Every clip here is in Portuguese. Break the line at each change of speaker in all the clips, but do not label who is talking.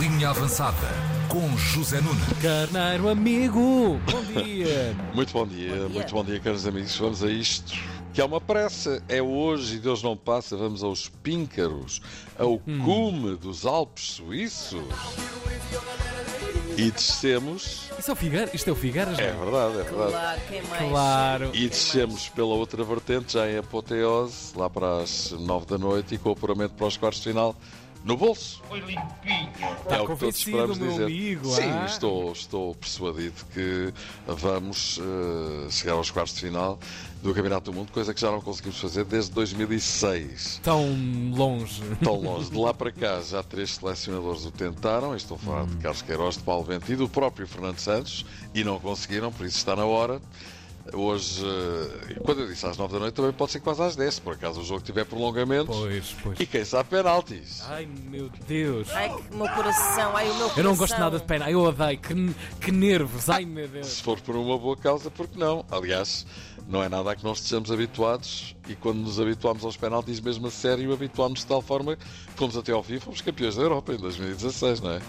Linha Avançada com José Nunes.
Carneiro amigo, bom dia.
Muito bom dia, muito bom dia, caros amigos. Vamos a isto. Que há uma pressa, é hoje e Deus não passa. Vamos aos píncaros, ao cume dos Alpes Suíços. E descemos,
Isso é o Figueiras? Isto é o Figueiras?
é
não?
verdade, é verdade.
Claro, quem mais?
Claro.
E descemos pela outra vertente, já em apoteose, lá para as nove da noite e com o apuramento para os quartos de final no bolso.
Está
é o que todos
convencido,
esperamos
meu
dizer.
amigo.
Sim,
ah?
estou, estou persuadido que vamos eh, chegar aos quartos de final do Campeonato do Mundo, coisa que já não conseguimos fazer desde 2006.
Tão longe.
Tão longe. De lá para cá, já três selecionadores o tentaram. Estou a falar de Carlos Queiroz, de Paulo Bento e do próprio Fernando Santos. E não conseguiram, por isso está na hora. Hoje, eh, quando eu disse às nove da noite, também pode ser quase às 10, se por acaso o jogo tiver prolongamentos.
Pois, pois.
E quem sabe penaltis.
Ai meu Deus.
Ai, que meu coração, ai, o meu coração.
Eu não gosto nada de pena. Eu odeio. Que, que nervos. Ai meu Deus.
Se for por uma boa causa, porque não? Aliás, não é nada a que nós estejamos habituados e quando nos habituámos aos penaltis, mesmo a sério, habituámos de tal forma que fomos até ao fim e fomos campeões da Europa em 2016, não é?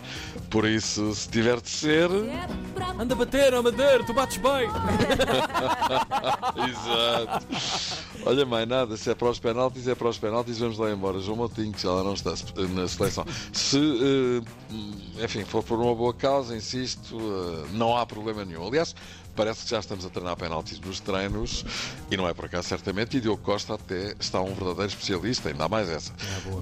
Por isso, se tiver de ser.
Anda a bater, a bater, tu bates bem.
Exato. Olha, mãe, nada. Se é para os penaltis, é para os penaltis, vamos lá embora. João Montinho, que já lá não está eh, na seleção. Se, eh, enfim, for por uma boa causa, insisto, eh, não há problema nenhum. Aliás, parece que já estamos a treinar penaltis nos treinos e não é por acaso, certamente. E Diogo Costa até está um verdadeiro especialista, ainda há mais essa.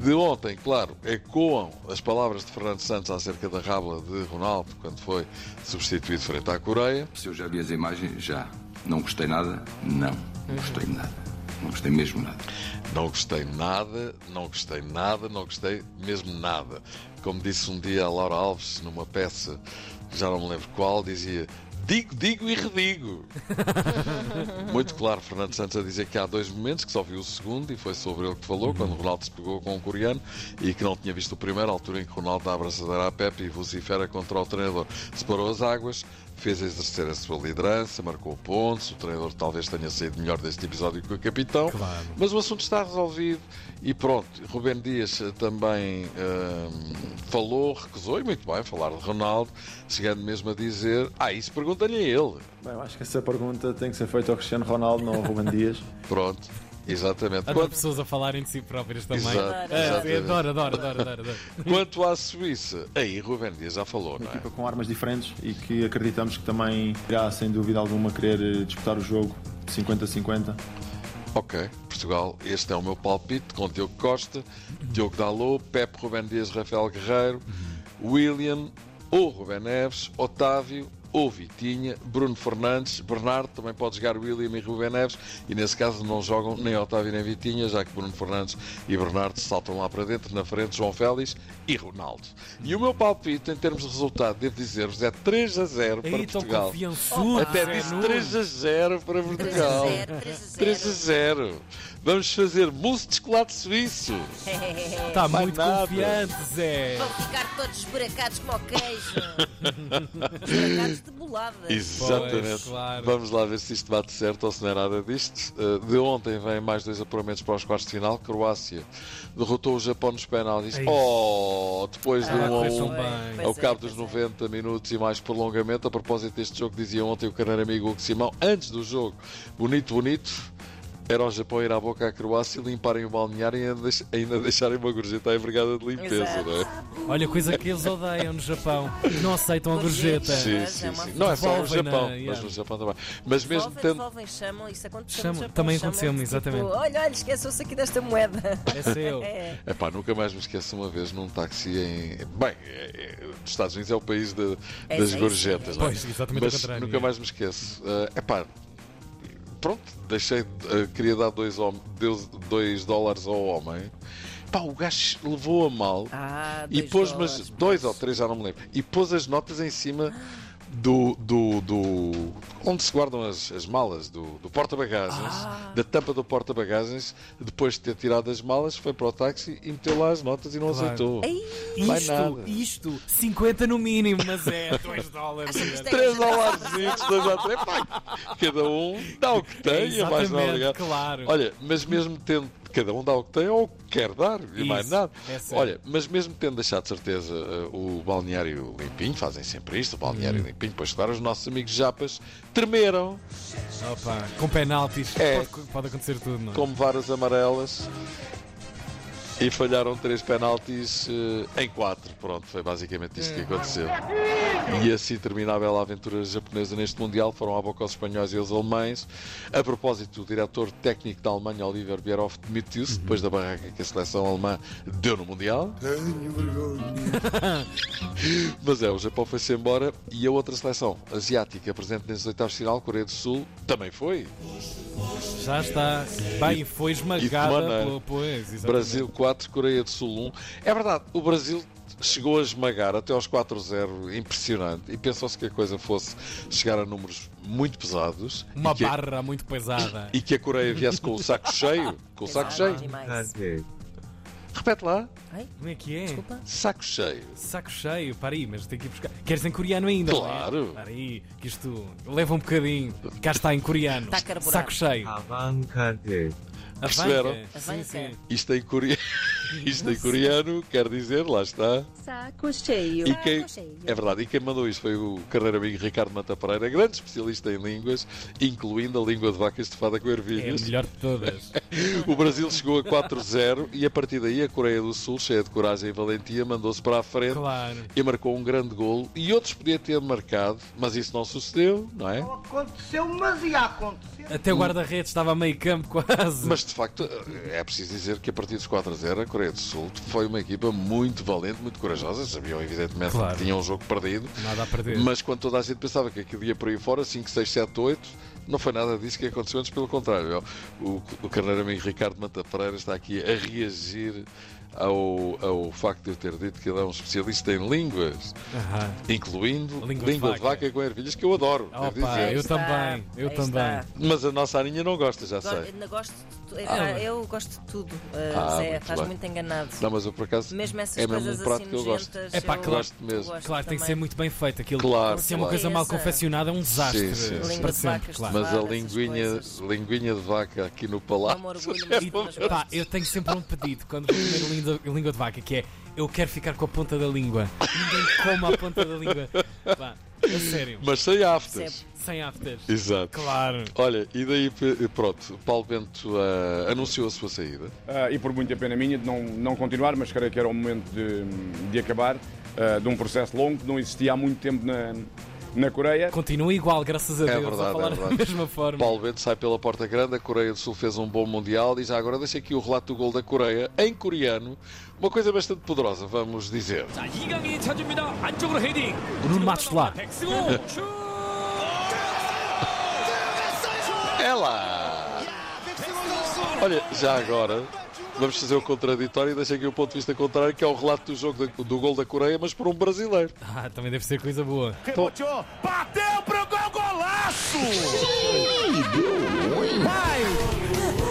de ontem, claro, ecoam as palavras de Fernando Santos acerca da rábula de Ronaldo quando foi substituído frente à Coreia.
Se eu já vi as imagens, já. Não gostei nada? Não. Não gostei de nada. Não gostei mesmo nada.
Não gostei nada, não gostei nada, não gostei mesmo nada. Como disse um dia a Laura Alves numa peça, já não me lembro qual, dizia digo, digo e redigo. Muito claro, Fernando Santos a dizer que há dois momentos, que só viu o segundo e foi sobre ele que falou, quando o Ronaldo se pegou com o coreano e que não tinha visto o primeiro, a altura em que o Ronaldo dá a abraçadeira à Pepe e vocifera contra o treinador. Separou as águas, fez exercer a sua liderança, marcou pontos, o treinador talvez tenha saído melhor deste episódio que o capitão,
Claro.
mas o assunto está resolvido e pronto. Rubén Dias eh, também eh, falou, recusou, e muito bem, falar de Ronaldo, chegando mesmo a dizer, ah, isso pergunta-lhe a ele.
Bem, eu acho que essa pergunta tem que ser feita ao Cristiano Ronaldo, não ao Ruben Dias.
Pronto, exatamente.
Adoro
Quando-
pessoas a falarem de si próprias também.
Exato,
Ah,
exatamente.
adoro, adoro, adoro, adoro, adoro.
Quanto à Suíça, aí Rubén Dias já falou, não é?
Equipa com armas diferentes e que acreditamos que também irá, sem dúvida alguma, querer eh, disputar o jogo 50-50.
Ok, Portugal, este é o meu palpite com Diogo Costa, Diogo Dalot, Pepe, Rubén Dias, Rafael Guerreiro, William, ou Rubén Neves, Otávio, ou Vitinha, Bruno Fernandes, Bernardo, também pode jogar William e Rubén Neves, e nesse caso não jogam nem Otávio nem Vitinha, já que Bruno Fernandes e Bernardo saltam lá para dentro, na frente João Félix e Ronaldo. E o meu palpite, em termos de resultado, devo dizer-vos, é 3 a 0 para
Aí tão
Portugal.
confiançudo.
Até
Zé
disse
Nunes.
3 É a 0 para
3 a
Portugal.
0, 3 a
3 a
0.
0. Vamos fazer mousse de chocolate suíço.
Está
Mais
Tá muito
nada.
confiante, Zé.
Vão ficar todos esburacados como o queijo. esburacados de bolada.
Exatamente.
claro.
Vamos lá ver se isto bate certo ou se não é nada disto. Uh, De ontem vêm mais dois apuramentos para os quartos de final. Croácia derrotou o Japão nos penaltis.
Ei.
Oh, depois de
Ah,
um a
correu
um.
tão bem.
Pois
Ao
é,
cabo
pois
dos
é.
90 minutos e mais prolongamento, a propósito deste jogo, dizia ontem o carneiro amigo Hugo Simão, antes do jogo, bonito, bonito, era o Japão ir à boca à Croácia, limparem o balneário e ainda deix- ainda deixarem uma gorjeta à envergada de limpeza,
Exato.
não é?
Olha, coisa que eles odeiam no Japão. Não aceitam a gorjeta.
Sim,
Mas é
sim,
uma
sim.
forma.
Não é só no
Devolvem na-
Japão, mas
yeah.
no Japão também. Mas mesmo
Devolvem,
tendo.
devolvem, chamam, isso aconteceu
Chamam,
no Japão,
também
chamam-te,
aconteceu-me,
tipo,
exatamente.
olha, olha, esqueceu-se aqui desta moeda.
É seu.
É.
Epá, nunca mais me esqueço uma vez num táxi em. Bem, é- é- os Estados Unidos é o país de-
É
das
isso, é
gorjetas,
isso.
não é?
Pois, exatamente
Mas
ao contrário,
nunca
é.
mais me esqueço. É epá, pronto, deixei. eh, queria dar dois, hom- deus- dois dólares ao homem. Pá, o gajo levou a mal
Ah,
e
dois
pôs
dólares,
mas
pois.
dois ou três, já não me lembro, e pôs as notas em cima do. do, do- onde se guardam as, as malas, do, do porta-bagagens,
Ah.
da tampa do porta-bagagens, depois de ter tirado as malas, foi para o táxi e meteu lá as notas e não
Claro.
aceitou.
Ei,
Mais
Isto,
nada.
isto, 50 no mínimo, mas é 2 dólares.
Achas que isto é
Três
gorjeta?
dólares, dois ou três, pá, cada um dá o que tem,
É,
é mais não
exatamente,
obrigado.
claro.
Olha, mas mesmo tendo cada um dá o que tem ou o que quer dar, e mais
Isso,
nada.
é certo.
Olha, mas mesmo tendo deixado de certeza eh, o balneário limpinho, fazem sempre isto, o balneário
Uhum.
limpinho, pois claro, os nossos amigos japas tremeram
Opa, com penaltis.
É.
Pode, pode acontecer tudo, não é?
como varas amarelas e falharam três penaltis eh, em quatro. Pronto, foi basicamente
É.
isto que aconteceu. E assim terminava a bela aventura japonesa neste Mundial. Foram à boca os espanhóis e os alemães. A propósito, o diretor técnico da Alemanha, Oliver Bierhoff,
Uhum.
demitiu-se depois da barraca que a seleção alemã deu no Mundial. Mas é, o Japão foi-se embora e a outra seleção asiática presente nesses oitavos de final, Coreia do Sul, também foi.
Já está. Bem, foi
E de maneira.
esmagada pelo pois, exatamente.
Brasil 4, Coreia do Sul 1. É verdade, o Brasil chegou a esmagar até aos 4-0, impressionante, e pensou-se que a coisa fosse chegar a números muito pesados
Uma
e, que, é-
barra muito pesada.
e que a Coreia viesse com o saco cheio. Com o saco
Pesado
cheio.
Ah, demais.
Repete lá,
Ai,
Como é que é?
desculpa.
saco cheio.
Saco cheio, para aí, mas tem que ir buscar. Queres em coreano ainda? não é?
Claro.
Para aí, que isto leva um bocadinho. Cá está em coreano.
Está carburado.
Saco cheio.
Avantgarde.
Ah, Perceberam?
Avanca. Sim,
Avanca.
sim.
Isto em, core... Isto em coreano quer dizer, lá está.
Saco cheio.
E quem...
Saco cheio.
É verdade, e quem mandou isto foi o carreiro amigo Ricardo Manta Pereira, grande especialista em línguas, incluindo a língua de vaca estufada com
É a
ervilhas.
melhor de todas.
O Brasil chegou a 4-0 e a partir daí a Coreia do Sul, cheia de coragem e valentia, mandou-se para a frente
Claro.
e marcou um grande golo. E outros podia ter marcado, mas isso não sucedeu, não é?
Aconteceu, mas ia acontecer.
Até o guarda-redes estava a meio campo quase.
Mas de facto, é preciso dizer que a partir dos 4-0 a Coreia do Sul foi uma equipa muito valente, muito corajosa. Sabiam evidentemente
Claro.
que tinham um jogo perdido,
Nada a perder.
mas quando toda a gente pensava que aquilo ia por aí fora, 5, 6, 7, 8, não foi nada disso que aconteceu, antes pelo contrário. é O, o carneiro amigo Ricardo Manta Pereira está aqui a reagir ao, ao facto de eu ter dito que ele é um especialista em línguas,
Aham.
incluindo
Língua
língua,
de
de
vaca.
vaca com ervilhas, que eu adoro. devo
Opa,
dizer.
Ah, eu
Está,
também, eu
aí
também.
está.
Mas a nossa Aninha não gosta, já
Go-
sei.
eu Gosto de tu-
Ah.
eu gosto de tudo, uh,
Ah,
Zé.
muito
estás
bem.
muito enganado.
Não, mas eu por acaso
Mesmo essas
é mesmo um
coisas
prato
assim
que eu gosto.
nojentas.
É pá,
eu-
claro.
Gosto mesmo.
gosto
Claro, tem que ser
também.
muito bem feito aquilo.
Claro,
Se é uma
claro.
coisa mal
Sim, sim.
confeccionada, é um desastre.
Sim, sim, sim.
Para
Língua de
sempre,
vacas,
claro.
Mas a
Claro, essas
linguinha,
coisas.
linguinha de vaca aqui no
É
palácio.
um orgulho, mas-
E, pá, eu tenho sempre um pedido quando vou comer língua, língua de vaca, que é eu quero ficar com a ponta da língua. Ninguém coma a ponta da língua. Pá, a sério.
Mas sem afters.
Percebo.
Sem afters.
Exato.
Claro.
Olha, e daí, pe- pronto, Paulo Bento ah, anunciou a sua saída.
Ah, e por muita pena minha de não, não continuar, mas creio que era o momento de, de acabar ah, de um processo longo que não existia há muito tempo na, na Coreia.
Continua igual, graças a
É
Deus.
verdade,
a falar
é
da
verdade.
mesma forma.
Paulo Bento sai pela porta grande, a Coreia do Sul fez um bom Mundial e já agora deixa aqui o relato do gol da Coreia em coreano. Uma coisa bastante poderosa, vamos dizer.
Bruno Matos lá.
É lá! Olha, já agora vamos fazer o contraditório e deixa aqui o ponto de vista contrário, que é o relato do jogo da- do gol da Coreia, mas por um brasileiro.
Ah, também deve ser coisa boa.
Bateu pro gol, golaço!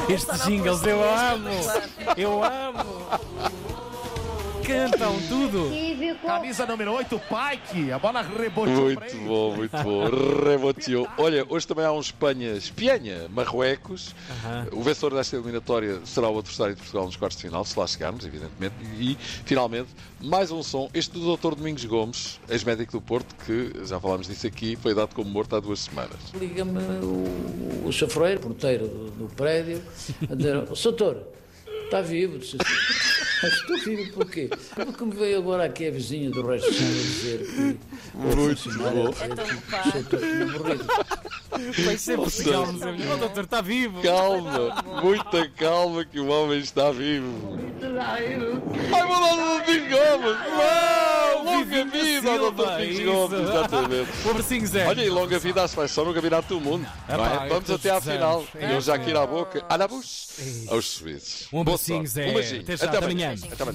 Estes jingles eu amo! Eu amo! Cantam tudo!
Camisa número 8, Pike. A bola reboteou pra
Muito
ele.
bom, muito bom. Reboteou. Olha, hoje também há um Espanha, Espanha, Marruecos. O vencedor desta eliminatória será o adversário de Portugal nos quartos de final, se lá chegarmos, evidentemente. E, e, finalmente, mais um som. Este do Dr. Domingos Gomes, ex-médico do Porto, que já falámos disso aqui, foi dado como morto há duas semanas.
Liga-me o, o chafreiro, porteiro do, do prédio, a dizer: "Ó, Soutor, está vivo? Disse, "Sim." Mas estou vivo porquê? Porque me veio agora aqui a vizinha do resto de São a dizer que é o funcionário a dizer
Então, pá,
que o Soutor tinha morrido.
Pois sempre chegamos a mim. O doutor está vivo!
Calma, muita calma, que o homem está vivo. Ai, meu Deus, Domingos Gomes! Uau, longa
Vivinho da
vida ao Dr.
Silva,
Domingos
isso.
Gomes, exatamente.
Pobrecinho Zé!
Olha, e longa vida à seleção no Campeonato do Mundo. não é?
pá, eu
Vamos
todos
até à final.
desejamos.
E eu já aqui na boca. Alabus aos suíços.
Um
Boa
abracinho,
sorte.
Zé.
Um beijinho.
Até já, até amanhã.
Até amanhã.